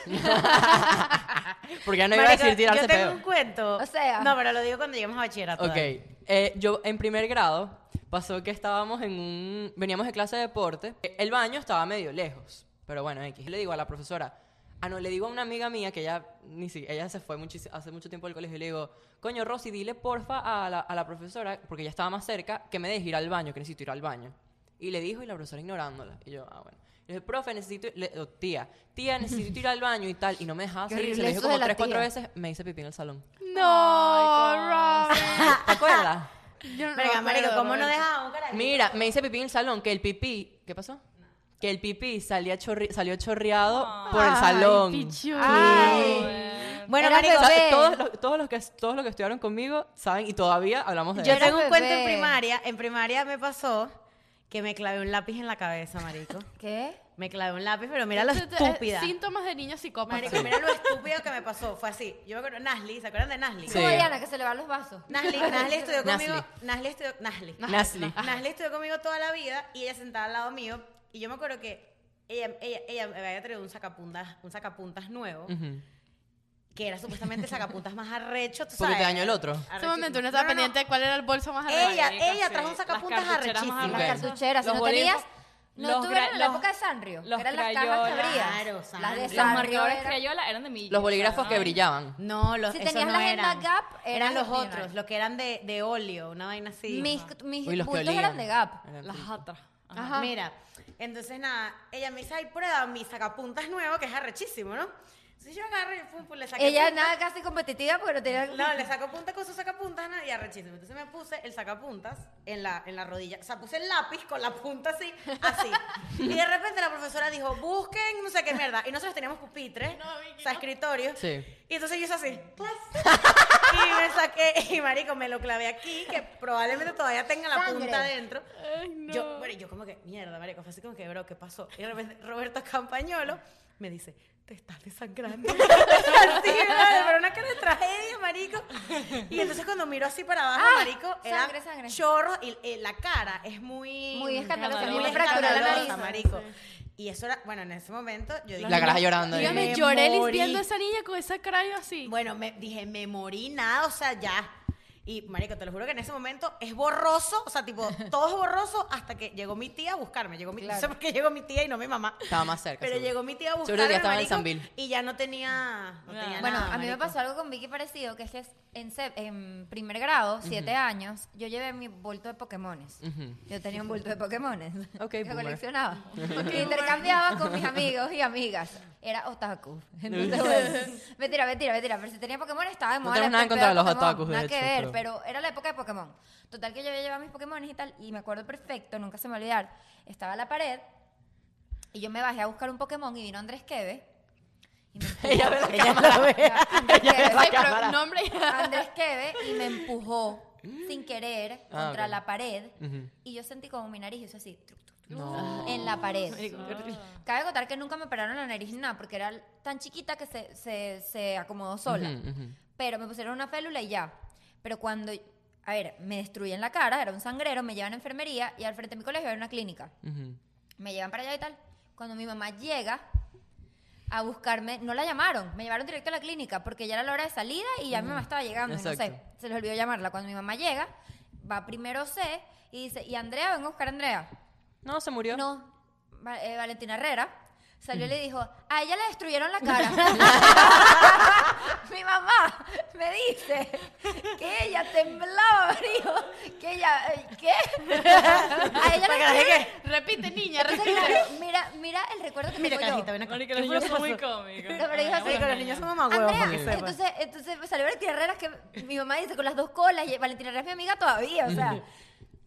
Porque ya no iba a Marico, decir tirarse Yo tengo pedo. un cuento. O sea. No, pero lo digo cuando lleguemos a bachillerato. Ok, dale. eh, yo en primer grado pasó que estábamos en un... Veníamos de clase de deporte. El baño estaba medio lejos, pero bueno, X. Le digo a la profesora, ah, no, le digo a una amiga mía que ella, ni si, ella se fue muchis- hace mucho tiempo del colegio y le digo, coño, Rosy, dile porfa a la, a la profesora, porque ella estaba más cerca, que me deje ir al baño, que necesito ir al baño. Y le dijo y la profesora ignorándola. Y yo, ah, bueno. Le dije, profe, necesito... ir- le- o tía, tía, necesito ir al baño y tal. Y no me dejaba Qué salir. Se horrible lo dijo eso de como la tres, cuatro tía. veces. Me hice pipí en el salón. No, Rob. Ah, ¿Te acuerdas? Yo no Verga, me acuerdo, marico, ¿cómo no Roberto. dejas a un carajo? Mira, me dice pipí en el salón que el pipí. ¿Qué pasó? Que el pipí salía chorri- salió chorreado por el Ay, salón. pichu. Eh, Bueno, Era marico, O sea, bebé. todos, los, todos los que, todos los que estudiaron conmigo saben y todavía hablamos de yo eso. tengo un bebé. cuento en primaria. En primaria me pasó que me clavé un lápiz en la cabeza, marico. ¿Qué? Me clavé un lápiz, pero mira lo Esto- esto es estúpida. Síntomas de niños psicópatas. Marico, mira lo estúpido que me pasó. Fue así. Yo me acuerdo, Nasli, ¿se acuerdan de Nasli? Sí. Como Diana, que se le van los vasos. Nasli, Nasli estudió Nasli. conmigo. Nasli estudió. Nasli. Nasli. Nasli estudió conmigo toda la vida y ella sentada al lado mío. Y yo me acuerdo que ella, ella, ella me había traído un sacapuntas, un sacapuntas nuevo, Ujú. que era supuestamente el sacapuntas más arrecho. ¿tú Porque sabes? te dañó el otro. En ese Arrecho. momento uno No, no, estaba no. pendiente de cuál era el bolso más arriba. Ella, Marica, ella sí. trajo un Las sacapuntas cartucheras más arrechísimo. Ok. Las cartucheras, si Los no tenías... bolimbos, No los tuvieron gra- en la los- época de Sanrio. los eran las cajas crayolas. que abrías. Claro, las Sanrio. de Los Los Sanrio marcadores eran- crayola eran de millos. Los bolígrafos que ¿no? brillaban. No, los, Si esos tenías no la agenda eran. Gap, eras eran los millonario. otros, los que eran de, de óleo, una vaina así. Mis, mis Uy, los que bultos olían. eran de Gap. Eran- Las otras. Ajá. Mira, entonces nada, ella me dice, ay, prueba mi sacapuntas nuevo, que es arrechísimo, ¿no? Entonces yo agarro y pum, pum, le saqué Ella punta. nada casi competitiva porque no tenía... No, le saco punta con su sacapuntas ¿no? y arrechísimo. Entonces me puse el sacapuntas en la, en la rodilla. O sea, puse el lápiz con la punta así, así. Y de repente la profesora dijo, busquen no sé qué mierda. Y nosotros teníamos pupitres, o sea, escritorios. Sí. Y entonces yo hice así. Pues. y me saqué, y marico, me lo clavé aquí, que probablemente todavía tenga la Sangre. punta adentro. Yo, bueno, yo como que, mierda, marico, fue así como que, bro, ¿qué pasó? Y de repente Roberto Campañolo me dice, te estás desangrando. así, brother, pero una cara de tragedia, marico. Y entonces cuando miro así para abajo, Ah, marico, era sangre, sangre. chorros y eh, la cara es muy... Muy escandalosa, muy muy fracturada la escandalosa, nariz. marico. Y eso era, bueno, en ese momento yo dije... La caraja llorando. ahí. Dígame, Dígame, me Llorelis morí. viendo a esa niña con esa cara y yo así. Bueno, me, dije, me morí nada, o sea, ya. Y, marico, te lo juro que en ese momento es borroso, o sea, tipo, todo es borroso hasta que llegó mi tía a buscarme. Llegó mi, No sé por qué llegó mi tía y no mi mamá. Estaba más cerca. Pero seguro. llegó mi tía a Seguro buscarme, que estaba en marico, Sanville. y ya no tenía, no Ah. tenía Bueno, nada, a mí me marico. pasó algo con Vicky parecido, que es que es- en, sep- en primer grado, siete años, yo llevé mi bulto de Pokémones. Ujú. Yo tenía un bulto de Pokémones Ok, que boomer. coleccionaba, que intercambiaba con mis amigos y amigas. Era otaku. Entonces, bueno, mentira, mentira, mentira. Pero si tenía Pokémon estaba de No moda. tenemos el nada en pepeo contra de los Pokémon, otakus, de Nada que hecho, ver, pero- pero pero era la época de Pokémon. Total que yo había llevado mis Pokémon y tal, y me acuerdo perfecto, nunca se me va a olvidar. Estaba la pared y yo me bajé a buscar un Pokémon y vino Andrés Keve. y me empujó. Ella ve la Ella cámara. lo ve. Andrés Ella ve Keve. la Ay, pero cámara. nombre Andrés Keve y me empujó sin querer Ah, contra ok. la pared Ujú. y yo sentí como mi nariz hizo así truc, truc, truc, No. en la pared. Ah. Cabe contar que nunca me operaron la nariz ni nada porque era tan chiquita que se, se, se acomodó sola. Ujú, ujú. Pero me pusieron una félula y ya. Pero cuando, a ver, me destruyen la cara, era un sangrero, me llevan a enfermería y al frente de mi colegio era una clínica. Ujú. Me llevan para allá y tal. Cuando mi mamá llega a buscarme, no la llamaron, me llevaron directo a la clínica porque ya era la hora de salida y ya mi mamá estaba llegando, y no sé, exacto. se les olvidó llamarla. Cuando mi mamá llega, va primero C y dice, "Y Andrea, vengo a buscar a Andrea." No, se murió. No, Va- eh, Valentina Herrera salió y le dijo, a ella le destruyeron la cara. Mi mamá me dice que ella temblaba, marico, que ella, eh, ¿qué? a ella le destruyeron- Repite, niña, Entonces, repite. claro, mira, mira el recuerdo que Mira, tengo yo. carajita, ven acá. Marico, ¿Qué los fue lo niños que son muy pasó? cómicos. No, pero dijo así, Marico, los niños son pues. mamagüevos, Andrea, para que sepas. entonces, entonces pues, salió Valentina Herrera, que mi mamá dice con las dos colas, y Valentina Herrera es mi amiga todavía, o sea.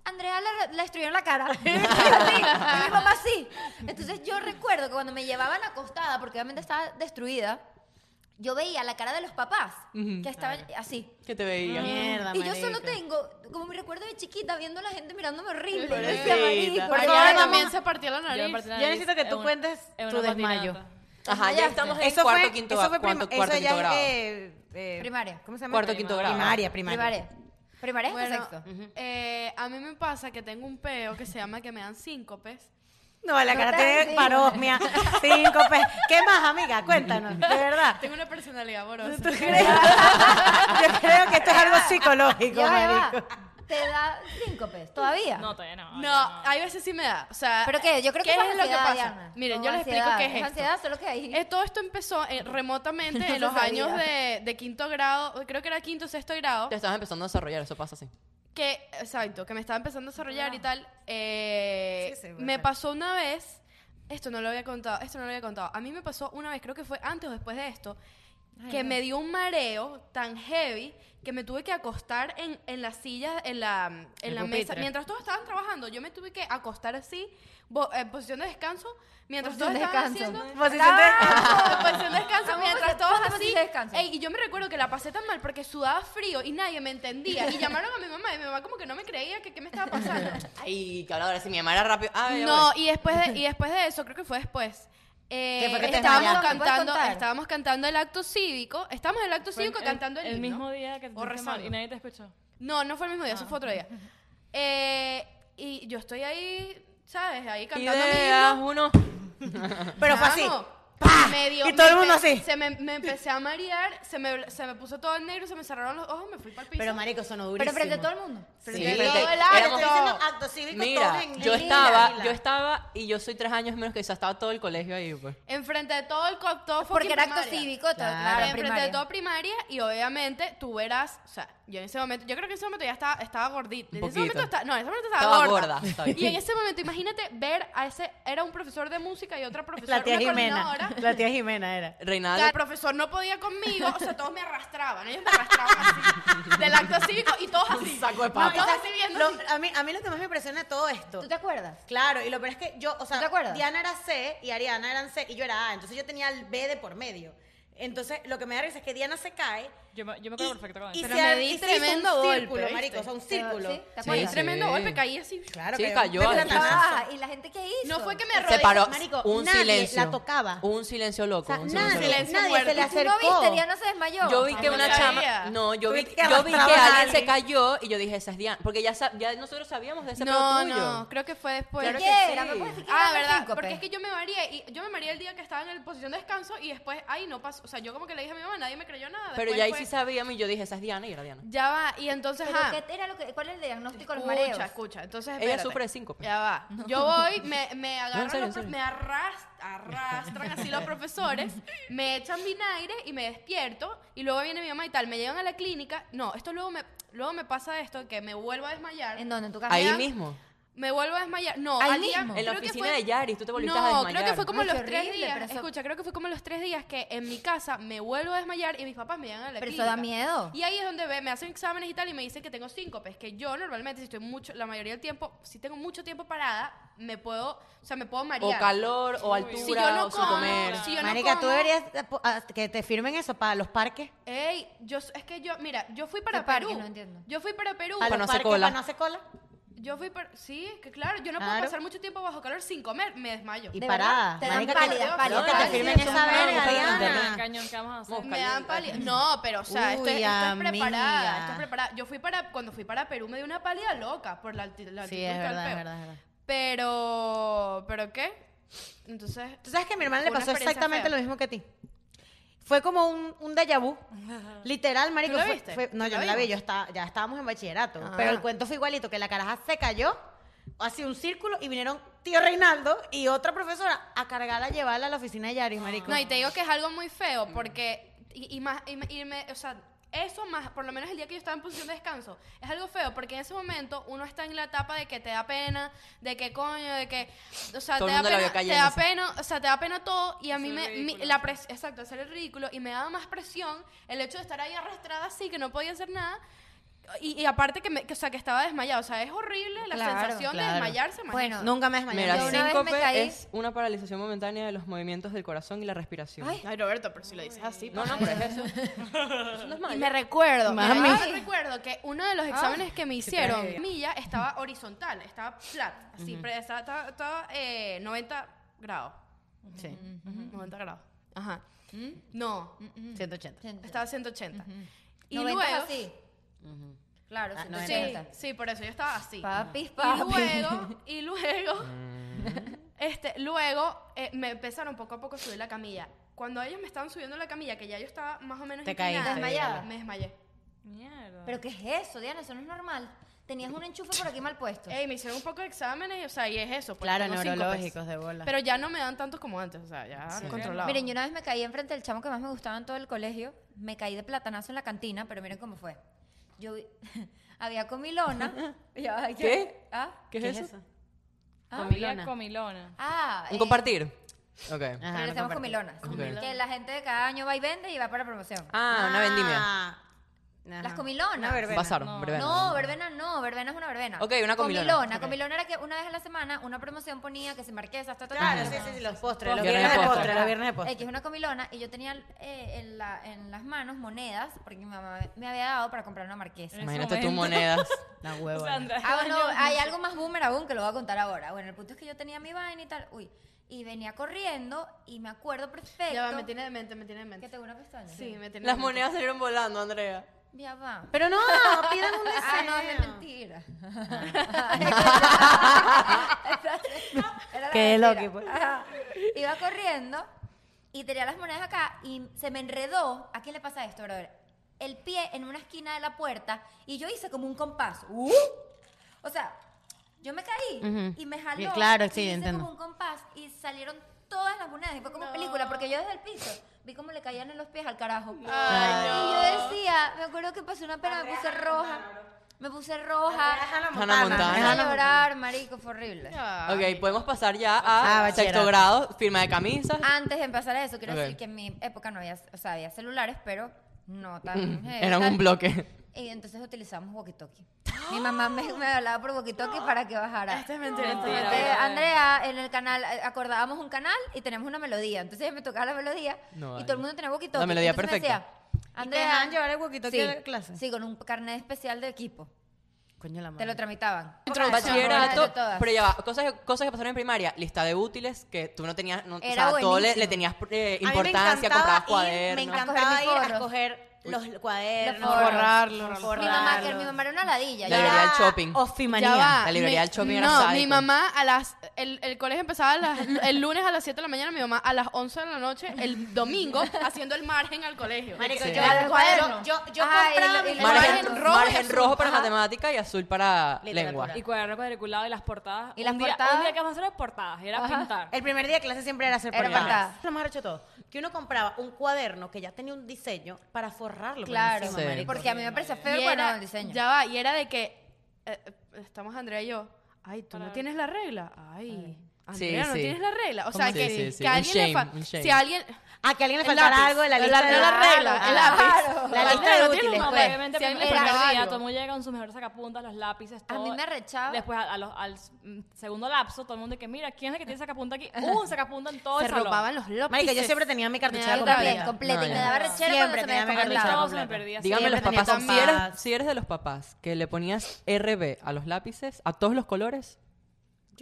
Andrea la, la destruyeron la cara. Y yo sí, y mi mamá sí. Entonces yo recuerdo que cuando me llevaban acostada, porque obviamente estaba destruida, yo veía la cara de los papás, que estaban así. Que te veía. Mierda, Y yo solo marico. tengo como mi recuerdo de chiquita viendo a la gente mirándome horrible. Yo Pobrecita. decía, "Marico, Porque ya ella era también mamá". se partió la Yo me nariz. partí la Eh, Yo nariz necesito que en tú una- cuentes en tu una desmayo. patinata. Ajá, ya estamos en Eso cuarto, fue, quinto, eso grado. fue prima- cuarto, cuarto, eso ya quinto grado. es, eh, eh, Primaria. ¿Cómo se llama? Cuarto, quinto grado. Primaria, primaria. Primaria. Primaria es que Bueno, sexto. eh, a mí me pasa que tengo un peo que se llama que me dan síncopes. No, la No cara te tiene digo. parosmia, síncope. ¿Qué más, amiga? Cuéntanos, de verdad. Tengo una personalidad amorosa. ¿Tú crees? Yo creo que esto es algo psicológico, Ya va, marico. Te da síncopes todavía. No, todavía no. No, ah, hay veces sí me da. O sea, ¿Pero qué? Yo creo que ¿qué eso es es lo que ansiedad, pasa? Diana. Miren, No, yo les explico ansiedad, qué es es esto. ansiedad, solo que ahí- Eh, todo esto empezó eh, remotamente en se los sabía. años de, de quinto grado, creo que era quinto o sexto grado, Te estabas empezando a desarrollar, eso pasa así. que, exacto, que me estaba empezando a desarrollar y tal. eh, Sí, sí, bueno, me tal. pasó una vez, esto no lo había contado, esto no lo había contado. A mí me pasó una vez, creo que fue antes o después de esto, que me dio un mareo tan heavy que me tuve que acostar en, en la silla, en la, en El la mesa. pupitre. Mientras todos estaban trabajando, yo me tuve que acostar así, bo- en posición de descanso, mientras Posición todos de estaban descanso. haciendo... ¡Ah! Posición de- Posición de descanso Vamos a mientras hacer- todos ponte así. posición de descanso. Ey, y yo me recuerdo que la pasé tan mal porque sudaba frío y nadie me entendía. Y llamaron a mi mamá y mi mamá como que no me creía que qué me estaba pasando. Ay, que ahora si mi mamá era rápido. Ah, ya No, voy. y después de, y después de eso, creo que fue después. eh, ¿Qué fue que te estábamos desmayaste? ¿Me puedes cantando, contar? estábamos cantando el acto cívico, estábamos en el acto Fue cívico el- cantando el, el himno. mismo día que te O sentiste mal rezando. y nadie te escuchó. No, no fue el mismo día, eso fue otro día. Eh, y yo estoy ahí, ¿sabes? Ahí cantando mi Ideas, himno. uno. Pero fue así. Chamo, ¡Pah! me dio- y todo me el mundo empe- así. Se me, me empecé a marear, se me, se me puso todo el negro, se me cerraron los ojos, me fui para el piso. Pero marico, sonó Pero durísimo. frente a todo el mundo. Frente Sí, a frente- todo el éramos- acto. Estoy diciendo acto cívico, todos Mira, en- yo en fila, estaba, fila. yo estaba y yo soy tres años menos que yo estaba todo el colegio ahí, pues. Enfrente de todo el co- todo Porque fucking era acto primaria. cívico, todo, Claro. claro, enfrente de primaria. todo primaria y obviamente tú verás, o sea, yo en ese momento, yo creo que en ese momento ya estaba, estaba gordita. Un En ese poquito. momento estaba, no, en ese momento estaba, Estaba gorda. gorda, está bien. Y en ese momento, imagínate ver a ese, era un profesor de música y otra profesora, La tía una Jimena. coordinadora. La tía Jimena era. O sea, Reinaldo. el profesor no podía conmigo, o sea, todos me arrastraban, ellos me arrastraban así, del acto cívico y todos así. saco de No, papas. y todos así viendo. Lo- así. a, mí, a mí lo que más me impresiona de todo esto. ¿Tú te acuerdas? Claro, y lo peor es que yo, o sea, ¿Tú te acuerdas? Diana era C y Ariana eran C y yo era A, entonces yo tenía el B de por medio. Entonces, lo que me da risa es que Diana se cae Yo me, yo me acuerdo perfecto con y eso. Pero se me ha- di y se hizo tremendo un golpe, círculo, ¿viste? marico, o sea, un Te- círculo. sí, ¿Te Sí, Me di acuerdas? sí. tremendo golpe, caí así. Claro Sí, que "Ah, cayó un Pero antes. platanazo. estaba baja, ¿Y la gente qué hizo? No fue que me Se arrodillé. paró marico, un nadie silencio. la tocaba. Un silencio O loco. sea, un nadie, silencio silencio loco. nadie muerto. se le ¿Tú no acercó. viste? Diana se desmayó. Yo vi que no una sabía. chama. No, yo vi, Tuviste que yo vi que arrastraban a alguien se alguien. cayó y yo dije, esa es Diana. Porque ya, sab- ya nosotros sabíamos de ese No, pelo tuyo. no, creo que fue después. ¿Qué Claro que era? sí. ¿Me puedes decir que Ah, era verdad, síncope? porque es que yo me mareé y yo me mareé el día que estaba en la posición de descanso y después ahí no pasó, o sea, yo como que le dije a mi mamá, nadie me creyó nada. Pero después ya ahí fue- sí sabíamos y yo dije, esa es Diana y era Diana. Ya va, y entonces Pero ajá, ¿qué era lo que, ¿Cuál es el diagnóstico de los mareos? escucha, escucha, entonces Ella espérate. sufre de síncope. Ya va. Yo voy, me, me agarran serio, en los pro- serio. me arras- arrastran así los profesores, me echan vinagre y me despierto y luego viene mi mamá y tal, me llevan a la clínica. No, esto luego me luego me pasa esto que me vuelvo a desmayar. ¿En dónde? ¿En tu casa? Ahí Vean. mismo. Me vuelvo a desmayar. No, Ahí al día- mismo. En la creo que oficina fue- de Yaris, tú te volviste no, a desmayar. creo que fue como Ay, qué los tres horrible, pero días. eso- Escucha, creo que fue como los tres días que en mi casa me vuelvo a desmayar y mis papás me llevan a la Pero eso clínica. da miedo. Y ahí es donde ve, me hacen exámenes y tal y me dicen que tengo síncopes, que yo normalmente si estoy mucho, la mayoría del tiempo, si tengo mucho tiempo parada, me puedo, o sea, me puedo marear. O calor, o Uy. altura, si yo no o sin como, comer. si yo no Marica, tú como- deberías eh, po- ah, que te firmen eso para los parques. Ey, yo es que yo, mira, yo fui para ¿Qué parque? Perú. No entiendo. Yo fui para Perú. A Para los Ah, no hacer parques cola. para no hacer cola. Yo fui para sí, que claro, yo no puedo Claro. pasar mucho tiempo bajo calor sin comer, me desmayo. Y ¿De parada. verdad? Te dan Marica, pálida, que- pálida. que te Ay, firmen sí, esa son malos, verga, pero no te Diana. cañón que vamos a hacer. Mosca. Me dan Caliente. pálida. No, pero o sea, esto, Uy, esto es amiga. preparada. Esto es preparada. Yo fui para cuando fui para Perú me dio una pálida loca por la, alti- la altitud Sí, y es todo el verdad, es peo. verdad, es verdad. Pero pero ¿qué? Entonces, Tú sabes que a mi hermana le Fue una pasó experiencia exactamente fea. lo mismo que a ti. Fue como un, un déjà vu. Literal, marico. ¿Tú la fue- viste? fue- no, ¿Tú yo la no la vi, vimos? yo estaba, ya estábamos en bachillerato. Ah. Pero el cuento fue igualito, que la caraja se cayó, hacía un círculo y vinieron tío Reinaldo y otra profesora a cargarla, a llevarla a la oficina de Yaris, marico. No, y te digo que es algo muy feo porque. Y, y más. Y, me- y me- o sea, eso más. Por lo menos el día que yo estaba en posición de descanso. Es algo feo porque en ese momento uno está en la etapa de que te da pena, de que coño, de que. O sea, Todo te da, el mundo la pena, vio te cayendo, da así. pena. O sea, te da pena todo. Y a mí Hacer me. el mi- ridículo, la sí. pres- exacto, hacer el ridículo. Y me daba más presión el hecho de estar ahí arrastrada así, que no podía hacer nada. Y, y aparte que, me, que, o sea, que estaba desmayado. O sea, es horrible la Claro, sensación claro. de desmayarse. imagínate. Bueno, Nunca me desmayé. Yo Mira, una vez me caí. síncope es una paralización momentánea de los movimientos del corazón y la respiración. Ay. Ay, Roberto, pero si lo dices así. pues. No, no, pero es eso. Eso no es Y malo. me recuerdo. Ah, Mira, me- yo Ay. recuerdo que uno de los exámenes que me hicieron, tragedia. milla, estaba horizontal, estaba flat, así, pre- estaba, estaba- estaba, eh, 90 grados. Sí, 90 grados. Ajá. ¿Mm? No, 180. estaba 180. Y 90 luego. así. Claro, Ah, sí, 90. Sí, 90. sí, por eso yo estaba así. Papis, Y papis. luego, y luego, este, luego eh, me empezaron poco a poco a subir la camilla. Cuando ellos me estaban subiendo la camilla, que ya yo estaba más o menos Te caíste, inclinada, Desmayada. me desmayé. Mierda. ¿Pero qué es eso, Diana? Eso no es normal. Tenías un enchufe por aquí mal puesto. Ey, me hicieron un poco de exámenes, y, o sea, y es eso. pues, Claro, tengo síncopes. neurológicos de bola. Pero ya no me dan tantos como antes, o sea, ya controlado. Miren, yo una vez me caí enfrente del chamo que más me gustaba en todo el colegio. Me caí de platanazo en la cantina, pero miren cómo fue. Yo vi- había comilona. Ya va, ya. ¿Qué? ¿Ah? ¿Qué es eso? Ah, Comilona. comilona. Ah, Un eh, compartir. Ajá, Ok. Ah, no regresamos compartí. comilonas. Comilona. Que la gente de cada año va y vende y va para promoción. Ah, una vendimia. Ah. Ajá. Las comilonas. Una verbena. Pasaron, No. verbena. No, verbena no, verbena es una verbena. Ok, una comilona. Comilona, Ok. comilona era que una vez a la semana una promoción ponía que se marquesa, hasta Claro, sí, sí, sí, los postres, los Viernes de viernes de postre. postre, los viernes de pues. Eh, que postre. es una comilona y yo tenía eh, en, la- en las manos monedas porque mi mamá me había dado para comprar una marquesa. ese Imagínate tus momento. monedas. La O huevo. sea, Andrea, Ah, bueno, yo- hay algo más boomer aún que lo voy a contar ahora. Bueno, el punto es que yo tenía mi vaina y tal, uy, y venía corriendo y me acuerdo perfecto Ya va, me tiene de mente, me tiene de que mente. tengo una pestaña. Sí, me tiene de Las mente. monedas salieron volando, Andrea. Ya va. Pero no, pidan un deseo. Ah, no, es mentira. Era la Ah. Qué mentira. loqui, pues. Ajá. Iba corriendo y tenía las monedas acá y se me enredó. ¿A quién le pasa esto, brother? El pie en una esquina de la puerta y yo hice como un compás. ¡Uh! O sea, yo me caí y me jaló. Bien, claro, y sí, hice entiendo. como un compás y salieron todas las monedas y fue como película porque yo desde el piso vi cómo le caían en los pies al carajo. Ay, no. Y yo decía, me acuerdo que pasé una pena, me puse roja. Me puse roja. Hannah Hannah Montana. Me Montana. a Hannah Montana. llorar, marico, fue horrible. Ya. Ok, podemos pasar ya a Ah, sexto bachillerato. grado, firma de camisas. Antes de empezar a eso, quiero Ok. decir que en mi época no había, o sea, había celulares, pero no tan... heavy, Eran tal. un bloque. Y entonces utilizamos walkie-talkie. Mi mamá me, me hablaba por walkie-talkie para que bajara. Esto Este es mentira. mentira. Eh, Andrea, en el canal, eh, acordábamos un canal y tenemos una melodía. Entonces me tocaba la melodía No, y vale. todo el mundo tenía walkie-talkie. La melodía Entonces me perfecta. decía, te dejaban llevar el huequito aquí Sí. a la clase? Sí, con un carnet especial de equipo. Coño la madre. Te lo tramitaban. Entró un Todas, Bachillerato, de todas. pero ya va, cosas, cosas que pasaron en primaria, lista de útiles que tú no tenías, no, o Era sea, todo le, buenísimo. le tenías eh, A mí me importancia, encantaba comprabas ir- cuadernos. Me A coger encantaba mis ir a forros. coger los cuadernos, forros. Forrarlos. forrarlos. Mi mamá, que mi mamá era una ladilla. La yo Era librería del shopping. ofimanía. Ya va. La librería Mi- del shopping era No, mi sádico. mamá a las. El, el colegio empezaba a las- el lunes a las 7 de la mañana, mi mamá a las 11 de la noche, el domingo, haciendo el margen al colegio. Marico, Sí. yo, Al yo- cuaderno. yo, yo Ay, compraba el- mis margen, el cuadernos. rojo, y margen azul. rojo para Ajá. matemática y azul para Literatura. lengua. Y cuaderno cuadriculado y las portadas. ¿Y las Un día- portadas? Un día que vamos a hacer las portadas, era Ajá. pintar. El primer día de clase siempre era hacer Era portadas. portada. Lo más arrecho de todo. Que uno compraba un cuaderno que ya tenía un diseño para forrarlo. por Claro, encima, Sí. marico. porque a mí me parecía Y feo el era- cuaderno del diseño. Ya va, y era de que. eh, estamos Andrea y yo. Ay, tú no tienes la regla. Ay. Sí, Andrea, no sí. tienes la regla. O sea, ¿Cómo que, así? Sí, sí, sí. que Un alguien le shame, fa- un shame. Si alguien. A que a alguien le el faltara lápiz, algo de la el lista. la- de- no la regla, el lápiz. La lista de Claro, útiles, tienes No, mamá, pues. obviamente, Si alguien era primero le faltaba algo. día, todo el mundo llega con sus mejores sacapuntas, los lápices, A todo. mí me arrechaba. Después, a- a los- al mm, segundo lapso, todo el mundo que mira, ¿quién es el que tiene sacapunta aquí? Uh, Un sacapunta en todo Se el salón. robaban los lápices. Marico, yo siempre tenía mi cartuchera Me Yo da completa. también, rabia. completa. Y No, me yo- daba rechera cuando Siempre se me tenía mi desconectaba. cartuchera. Todos se me perdía. Diga- Díganme los Siempre tenía papás, si eres, compás. si eres de los papás que le ponías RB a los lápices, a todos los colores,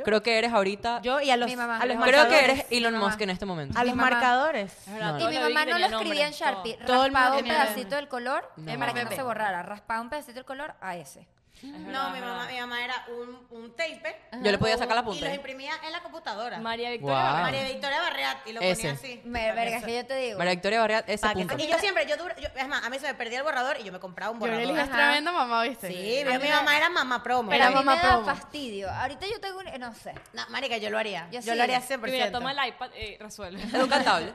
creo que eres ahorita, Yo y a los, Mi mamá. a los Creo creo que marcadores. eres Elon mamá. Musk en este momento. A Mi los mamá. marcadores. verdad, No, Y todo mi lo vi mamá que no lo tenía nombre, escribía en Sharpie. Todo el Raspaba un mundo- pedacito del color eh, No. para que no MPP. se borrara. Raspaba un pedacito del color a ese. No, mi mamá, mi mamá era un, un tape. Yo le podía sacar la Y punta. los ¿eh? imprimía en la computadora. María Victoria. Guau. Barrera. María Victoria Barreat y lo Ese. ponía así. Me, verga, es que yo te digo. María Victoria Barriat, ese Pa' que- punto. Y yo siempre, yo, dura- yo- es más, a mí se me perdía el borrador y yo me compraba un Yo le este. borrador. dije, es tremenda mamá, ¿viste? Sí, A mi, mí mi me- mamá era mamá promo. Pero a Era mí mamá me daba promo. fastidio. Ahorita yo tengo un... eh, No sé. No, marica, yo lo haría. Yo, Yo lo sí. haría Y 100%. Mira, toma el iPad y resuelve. Es un cantable.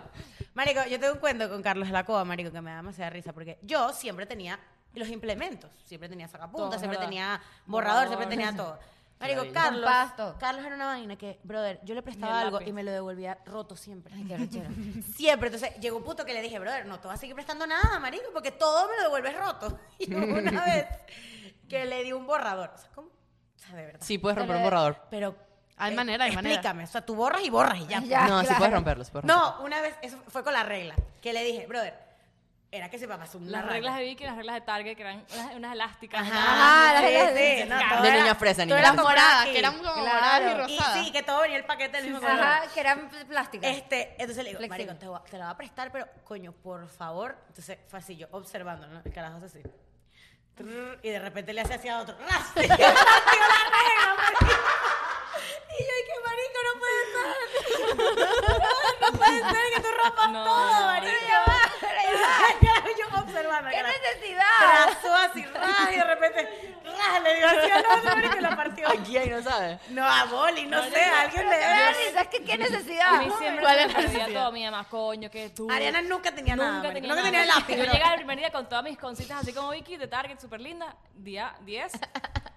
Marico, yo tengo un cuento con Carlos Lacoa, marico, que me da demasiada risa, porque yo siempre tenía los implementos. Siempre tenía sacapuntas, Todo, siempre ¿verdad? tenía borrador, Borrador. siempre tenía todo. Marico, Maravilla. Carlos, Compás, todo. Carlos era una vaina que, brother, yo le Y prestaba el algo lápiz. y me lo devolvía roto siempre. Ay, qué rechera. Siempre. Entonces, llegó un punto que le dije, brother, no te vas a seguir prestando nada, marico, porque todo me lo devuelves roto. Y hubo una vez que le di un borrador. O sea, ¿cómo? O sea, de verdad. Sí, puedes romper un borrador. Pero... eh, Hay manera, hay manera. Explícame. O sea, tú borras y borras y ya. Ya. no, sí claro. puedes romperlo, sí puedes romperlo. No, una vez, eso fue con la regla, que le dije, brother, era que se pasó una Las raya. reglas de Vicky y las reglas de Target, que eran unas, unas elásticas. Ajá, Ajá, sí, Ah, las reglas sí, de- no, De todo niña era- fresa, todo niña era fresa. Las moradas, que eran comprar como Claro. moradas y y- rosadas. Y sí, que todo venía el paquete del mismo color. Ajá, que eran pl- plásticas. Este, entonces le digo, Flexible. marico, te, voy a- te la voy a prestar, pero coño, por favor. Entonces fue así, yo observando, ¿no? El carajo hace así. Trrr, Y de repente le hace así a otro. ¡Ras! Y yo, la regla, marico. Y yo, que marico, no puede ser. No puede ser que tú rompas No, todo, no, marico. marico. Ya va, ya va. Yo observando. ¡Qué que la- necesidad! Trazó así, ras, y de repente, ras, le dio así al otro, marico, y la partió. Aquí ahí no sabes. No, a Boli, no sé, alguien le Me da risa, es que qué A necesidad. mí siempre ¿Cuál se es me la perdía necesidad? todo. Mi mamá, coño, que tú. Ariana nunca tenía nada. Nunca marico. tenía nunca nada. tenía el lápiz. Yo bro. llegaba el primer día con todas mis concitas, así como Vicky de Target, súper linda. Día 10.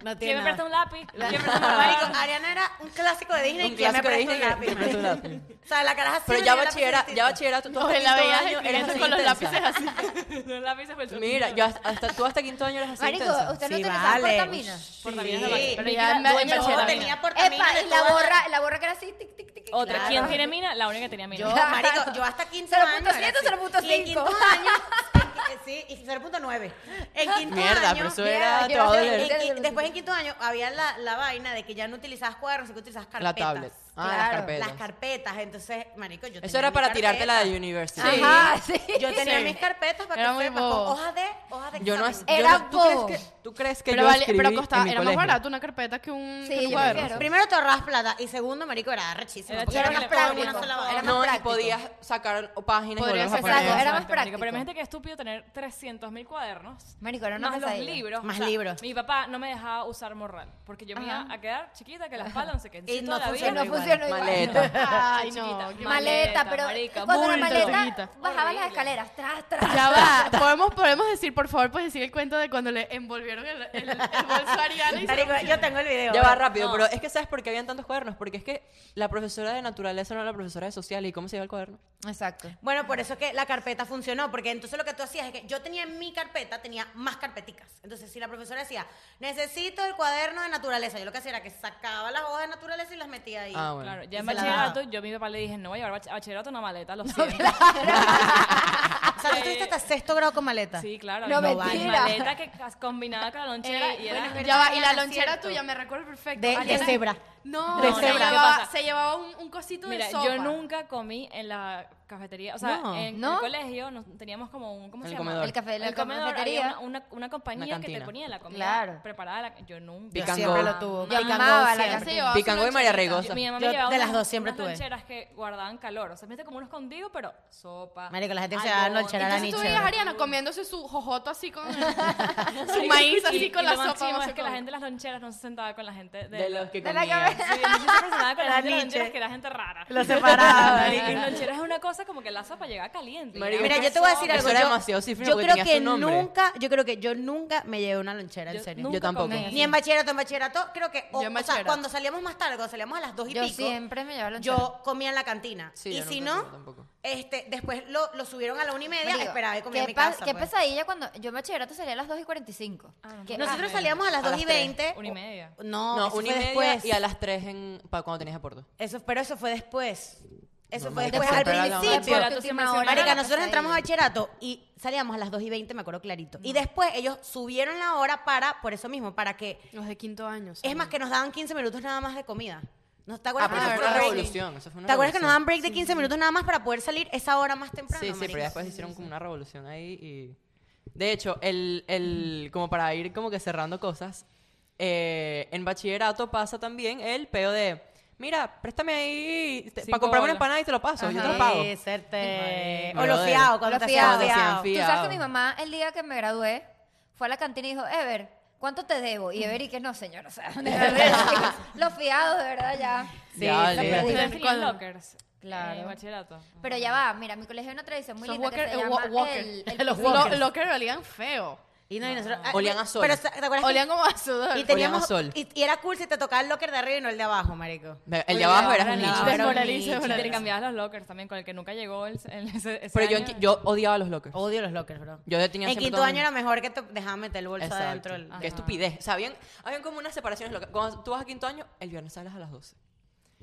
No tiene ¿Quién me nada. presta un lápiz? ¿Quién me presta un lápiz? Marico, Ariana era un clásico de Disney Un que me clásico de prestó un Disney que lápiz. me prestó un marico. O sea, la caraja sí Pero me ya dio lápices bachillerato, ya distintos. bachillerato, tú No, hasta en la quinto veías año eres escribiendo así con los intensa. lápices así. Los lápices fue el Mira, yo hasta, hasta- tú hasta quinto año eres así Marico, intensa. usted no Sí, utilizaba vale. portaminas. Portaminas de Sí. Barbie. Pero Vicky ya era me- dueña de empecé Yo a portaminas. tenía portamina Epa, de y la todas borra, la borra que era así, tic, tic, tic. Otra, claro. ¿quién tiene mina? La única que tenía mina. Yo, marico, yo hasta 15 años. era 0.7, así. 0.5. Y en quinto año, en qui- eh, sí, y 0.9. En quinto Mierda, año. pero eso mierda, era, yo te va a sé, En- doler. en- Desde el después principio. en quinto año había la, la vaina de que ya no utilizabas cuadernos, sino que utilizabas La carpetas. tablet. Ah, las Claro, carpetas. Las carpetas, entonces, marico, yo Eso tenía era mi para tirarte la carpeta. de University. Sí. Ajá, sí. Yo tenía Sí. mis carpetas para Era que muy sepas, bobo. con hojas de, hojas de Yo no, examen. yo Era no- ¿tú, crees bobo. que, tú crees que Pero, yo vale, escribí pero costaba, en mi era colegio? más barato una carpeta que un, Sí, que un yo cuaderno. prefiero. Primero te ahorras plata y segundo, marico, era arrechísimo. Era porque chévere, eran era todas en una práctico. sola hoja. Era más No, y práctico. podías sacar Podrías páginas y volverlas a sacar- poner. Exacto, era más Exactamente, marico, práctico. Pero imagínate que estúpido tener 300.000 cuadernos. Marico, era una más los pesadilla. libros. Más libros. Mi papá no me dejaba usar morral. Porque yo me iba a quedar chiquita, que la espalda, no sé qué. Entonces, no toda la Que vida- no Igual, funcionó igual. maleta. Ay, Chiquita. no. qué- Ma- Maleta, Maleta, pero marica, cuando la bulto, maleta chiquita. bajaba las Horrible. escaleras, tras, tras. Ya va, podemos, podemos decir, por favor, puedes decir el cuento de cuando le envolvieron el, el, el bolso a Ariana y se- Marico, yo tengo el video. Ya va rápido, No. pero es que ¿sabes por qué habían tantos cuadernos? Porque es que la profesora de naturaleza no era la profesora de social. ¿Y cómo se llama el cuaderno? Exacto. Bueno, por eso es que la carpeta funcionó, porque entonces lo que tú hacías es que yo tenía en mi carpeta, tenía más carpeticas. Entonces, si la profesora decía, necesito el cuaderno de naturaleza, yo lo que hacía era que sacaba las hojas de naturaleza y las metía ahí. Ah, bueno. Claro, ya en Y se la bachillerato, daba. yo a mi papá le dije, no voy a llevar bach- a bachillerato una maleta, lo siento. sea, Ah, tú estuviste hasta sexto grado con maleta. Sí, claro. No, había mentira. una maleta que cas- combinaba con la Era- lonchera y era... Eh, bueno, ya va, y la Era lonchera cierto. tuya, me recuerdo perfecto. De- Ah, de era- cebra. No, De se, cebra. llevaba, ¿Qué pasa? se llevaba un, un cosito Mira, de sopa. yo nunca comí en la cafetería, o sea, No. en ¿No? el colegio nos- teníamos como un, ¿cómo El se comedor. llama? El café de la el comedor, cafetería. había una, una, una compañía Una que te cantina. ponía la comida Claro. preparada, la- yo nunca. Picango. Siempre lo tuvo. Yo Picango amaba la siempre. Ella se llevaba su Picango y María loncherita. Regosa. Yo- mi mamá Yo me llevaba de unas- las dos siempre unas tuve. loncheras que guardaban calor, o sea, viste como unos condigo, pero sopa. Marico, la gente se daba algodón. lonchera a la Entonces niche. tú veías a Ariana comiéndose su jojoto así con su maíz así Y- con y la lo más sopa. chimbo no es sé que la cómo. gente de las loncheras no se sentaba con la gente de, De los que De la comían. cabeza. Sí, no se sentaba La con la gente de las niche. loncheras que era gente rara. Lo separaba, Y marico. en loncheras es una cosa como que la sopa llegaba caliente. Marico, Llegaba Mira, yo te voy a decir Eso algo. era yo- demasiado cifrino Yo porque creo tenía que su nombre. nunca, yo creo que yo nunca me llevé una lonchera, en Yo serio. nunca Yo tampoco. comí. Ni en bachillerato, en bachillerato, creo que. Yo O, en o sea, bachillerato. cuando salíamos más tarde, cuando salíamos a las dos y Yo pico. siempre me llevaba lonchera. Yo comía en la cantina. Sí, y yo si nunca no, comí tampoco. este, después lo, lo subieron a la una y media, Marico, esperaba y comía en qué mi pa- casa. Qué pues. pesadilla cuando yo en bachillerato salía a las 2 y 45. Ah, no, Qué no. Nosotros asco. salíamos a las A dos y las tres, veinte. una y media. No, No, eso una y fue media después. y a las tres en, pa- cuando tenías Ah, aporto. Eso, pero eso fue después. Eso fue marica, después, al siempre era la principio. hora. Ahora Marica, la nosotros entramos a bachillerato y salíamos a las 2 y 20, me acuerdo clarito. Y después ellos subieron la hora para, por eso mismo, para que. Los de quinto año. Es más, que nos daban 15 minutos nada más de comida. ¿No te Ah, acuerdas? pero que eso nos fue una daban break? revolución. Eso fue una ¿Te acuerdas que nos daban break revolución. de 15 minutos nada más para poder salir esa hora más temprano? Sí, sí, marica? pero ya después hicieron como una revolución ahí y... De hecho, el, el, como para ir como que cerrando cosas, eh, en bachillerato pasa también el peo de, mira, préstame ahí te- Cinco para comprarme una bolas. empanada y te lo paso, yo te lo Sí, pago. serte- Ay, O lo brother. fiado, cuando Lo te fiado. hacían Decían fiado. fi- Tú sabes Fiao. que mi mamá, el día que me gradué, fue a la cantina y dijo, Ever, ¿cuánto te debo? Y Ever, y que no, señor, o sea, de verdad, los fiados, de verdad, ya. Ya vale. sí, sí. Ustedes tenían Cuando- lockers. Claro. En bachillerato. Pero ya va, mira, mi colegio es una tradición muy Los linda walker, que se eh, llama wa- walker. el, el Los picnic. walker. walker olían feo. Y no, y nosotros. ah, Olían a sol. Pero, ¿te acuerdas? que- Olían como a sudor. Y teníamos. sol. Y, y era cool si te tocaba el locker de arriba y no el de abajo, marico. El de abajo era Ahora un ni- nicho. Desmoraliza, Desmoraliza, desmoraliza. Intercambiabas los lockers también con el que nunca llegó el, el- ese, ese Pero yo, año. enqui- yo odiaba los lockers. Odio los lockers, bro. Yo de- tenía En siempre quinto todo año era mejor que te dejaban meter el bolso Exacto. adentro del. Qué estupidez. O sea, habían, habían como unas separaciones locas. Cuando tú vas a quinto año, el viernes sales a las 12.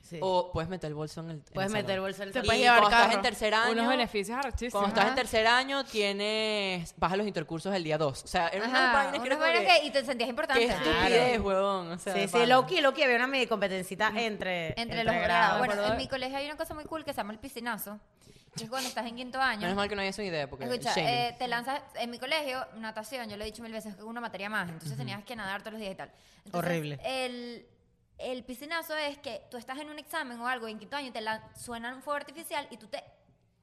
Sí. O puedes meter el bolso en el en el Puedes meter el salón. bolso del Te salón. puedes Y llevar cuando estás carro. en tercer año... Unos beneficios arrechísimos. Cuando estás en tercer año, tienes. Vas a los intercursos el día 2. O sea, era una Ajá, vaina que unas era como vainas que- que- y te sentías Qué importante. estupidez, huevón. O sea, Sí, de sí, pana. Loki, Loki había una mini competencita entre. Entre los grados. grados. Bueno, acuerdo. en mi colegio hay una cosa muy cool que se llama el piscinazo. que es cuando estás en quinto año. Menos mal que no hay esa idea, porque. el Escucha, shaming. eh, te lanzas en mi colegio, natación, yo lo he dicho mil veces, es una materia más, entonces tenías que nadar todos los días y tal. Entonces, Horrible. El, el piscinazo es que tú estás en un examen o algo y en quinto año te lan- suenan un fuego artificial y tú te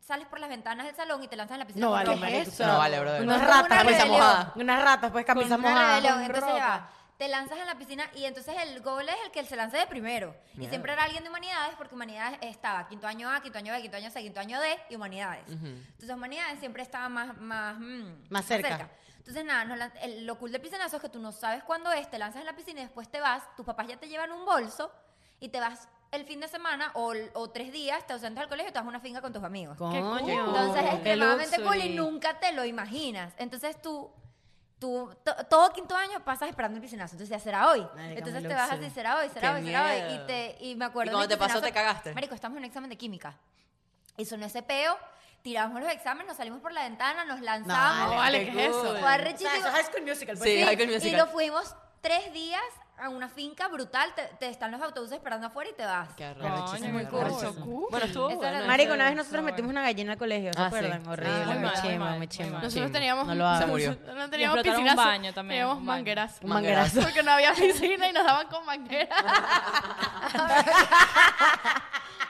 sales por las ventanas del salón y te lanzas en la piscina. No con vale, ropa. marico. eso? No vale, brother. Unas Con ratas, una camisa rebelión. mojada. Unas ratas, pues camisa Con una mojada. rebelión, entonces ya va. Te lanzas en la piscina y entonces el goal es el que se lance de primero. Y Mierda. siempre era alguien de humanidades porque humanidades estaba quinto año A, quinto año B, quinto año C, quinto año D y humanidades. Entonces humanidades siempre estaba más, más, mm, Más cerca. Entonces nada, nos lan- el- lo cool del piscinazo es que tú no sabes cuándo es, te lanzas en la piscina y después te vas, tus papás ya te llevan un bolso y te vas el fin de semana o, o tres días, te ausentas del colegio y te vas a una finca con tus amigos. Coño. cool. Entonces es Qué extremadamente cool y luxury. nunca te lo imaginas. Entonces tú, tú to- todo quinto año pasas esperando el piscinazo. Entonces ya será hoy. Marica, Entonces muy te vas luxury. así, será hoy, será Qué hoy, será hoy. miedo. Y, te, y me acuerdo. Y cuando en te el pasó, piscinazo, te cagaste. Marico, estamos en un examen de química. Y sonó ese peo, tiramos los exámenes, nos salimos por la ventana, nos lanzamos. No, vale, ¿qué es eso? cool. Fue O sea, arrechísimo. eso es High School Musical. pues. Sí, Sí, High School y Musical. lo fuimos tres días a una finca brutal. Te, te están los autobuses esperando afuera y te vas. Qué arrecho, Coño, arrechísimo, muy qué cool. arrecho. Eso cool. Bueno, estuvo. Esa bueno, era- eso- Marico, una vez nosotros No, metimos una gallina al colegio, ¿se Ah, sí. acuerdan? Ah, Horrible, muy muy mal, muy chimba, mal, muy muy chimba. mal. Nosotros Chimbo. teníamos. No lo hagas. Se murió. No teníamos Y explotaron un piscinazo. baño también, Teníamos un baño. mangueras. Un manguerazo. Porque no había piscina y nos daban con mangueras.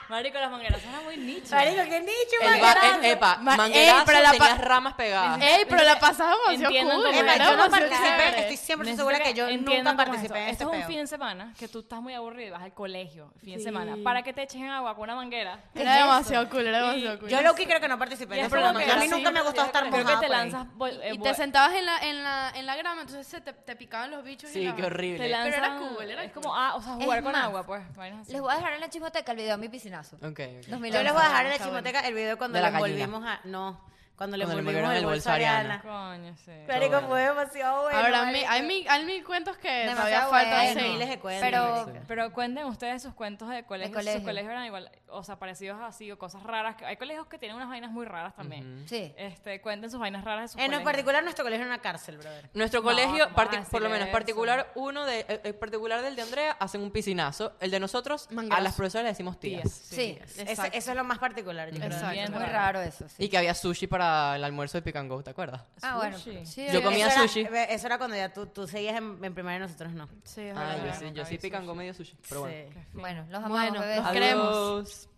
Marico, las mangueras eran muy nichas. Marico, qué nicho, El manguerazo. ba- eh, epa, Ma- Ey, manguerazo, pero la pa- Eh, tenías ramas Ah. pegadas. Ey, pero la pasábamos yo Entiendan cool. cómo Epa, era, yo no vamos a participé, ver. estoy siempre Necesito segura que yo entiendan nunca cómo es participé en esto. este Esto es un fin peo. de semana que tú estás muy aburrido y vas al colegio, fin de Sí. semana, para que te echen agua con una manguera. ¿Qué Era es eso? demasiado cool, era demasiado cool. Yo lo que creo que no participé en Y es ese como programa. que A mí así, nunca me gustó estar Creo mojada. que te por ahí. lanzas... bol- eh, Y bol- te sentabas en la, en la, en la grama, entonces se te, te picaban los bichos. y Sí, la- qué horrible. Te lanzan, Pero era cool, era es cool. como, ah, o sea, Es jugar con más, agua, pues. vainas así. Les voy a dejar en la chismoteca el video de mi piscinazo. Ok, ok. 2011. Yo les voy a dejar en la Está bueno. chismoteca el video cuando De la lo gallina. volvimos a. No. Cuando le Cuando le volvimos volvieron el el bolso bolso a a Ariana. Ariana. Coño, sí. Marico, fue demasiado bueno. Ahora, a mí, marico. hay, mil, hay mil cuentos que todavía Demasiado falta bueno. hacer. miles de cuentos. Pero, Sí. Pero cuenten ustedes sus cuentos de colegios. colegio. Sus colegios eran igual, o sea, parecidos así, o cosas raras. que- Hay colegios que tienen unas vainas muy raras también. sí. Este, cuenten sus vainas raras de sus en colegios. particular, nuestro colegio era una cárcel, brother. Nuestro No, colegio, ¿cómo parti- vas a por lo decir menos eso? particular, uno de, el, el particular del de Andrea, hacen un piscinazo. El de nosotros, a Mangazo. las profesoras le decimos tías. Tías, Sí. Ese- Exacto. eso es lo más particular, yo creo. Exacto. Bien Es muy raro. raro eso, sí. Y que había sushi para el almuerzo de Pick and Go, ¿te acuerdas? Ah, bueno. Sushi. pero- Sí, sí, Yo había- comía- eso era- sushi. ve- eso era cuando ya tú, tú seguías en, en primaria y nosotros no. Sí, es Ah, verdad. yo claro, sí, yo nunca sí vi Pick and Go sushi. medio sushi. Pero bueno. Sí. Bueno, los amamos, Bueno, bebés. los queremos. Adiós.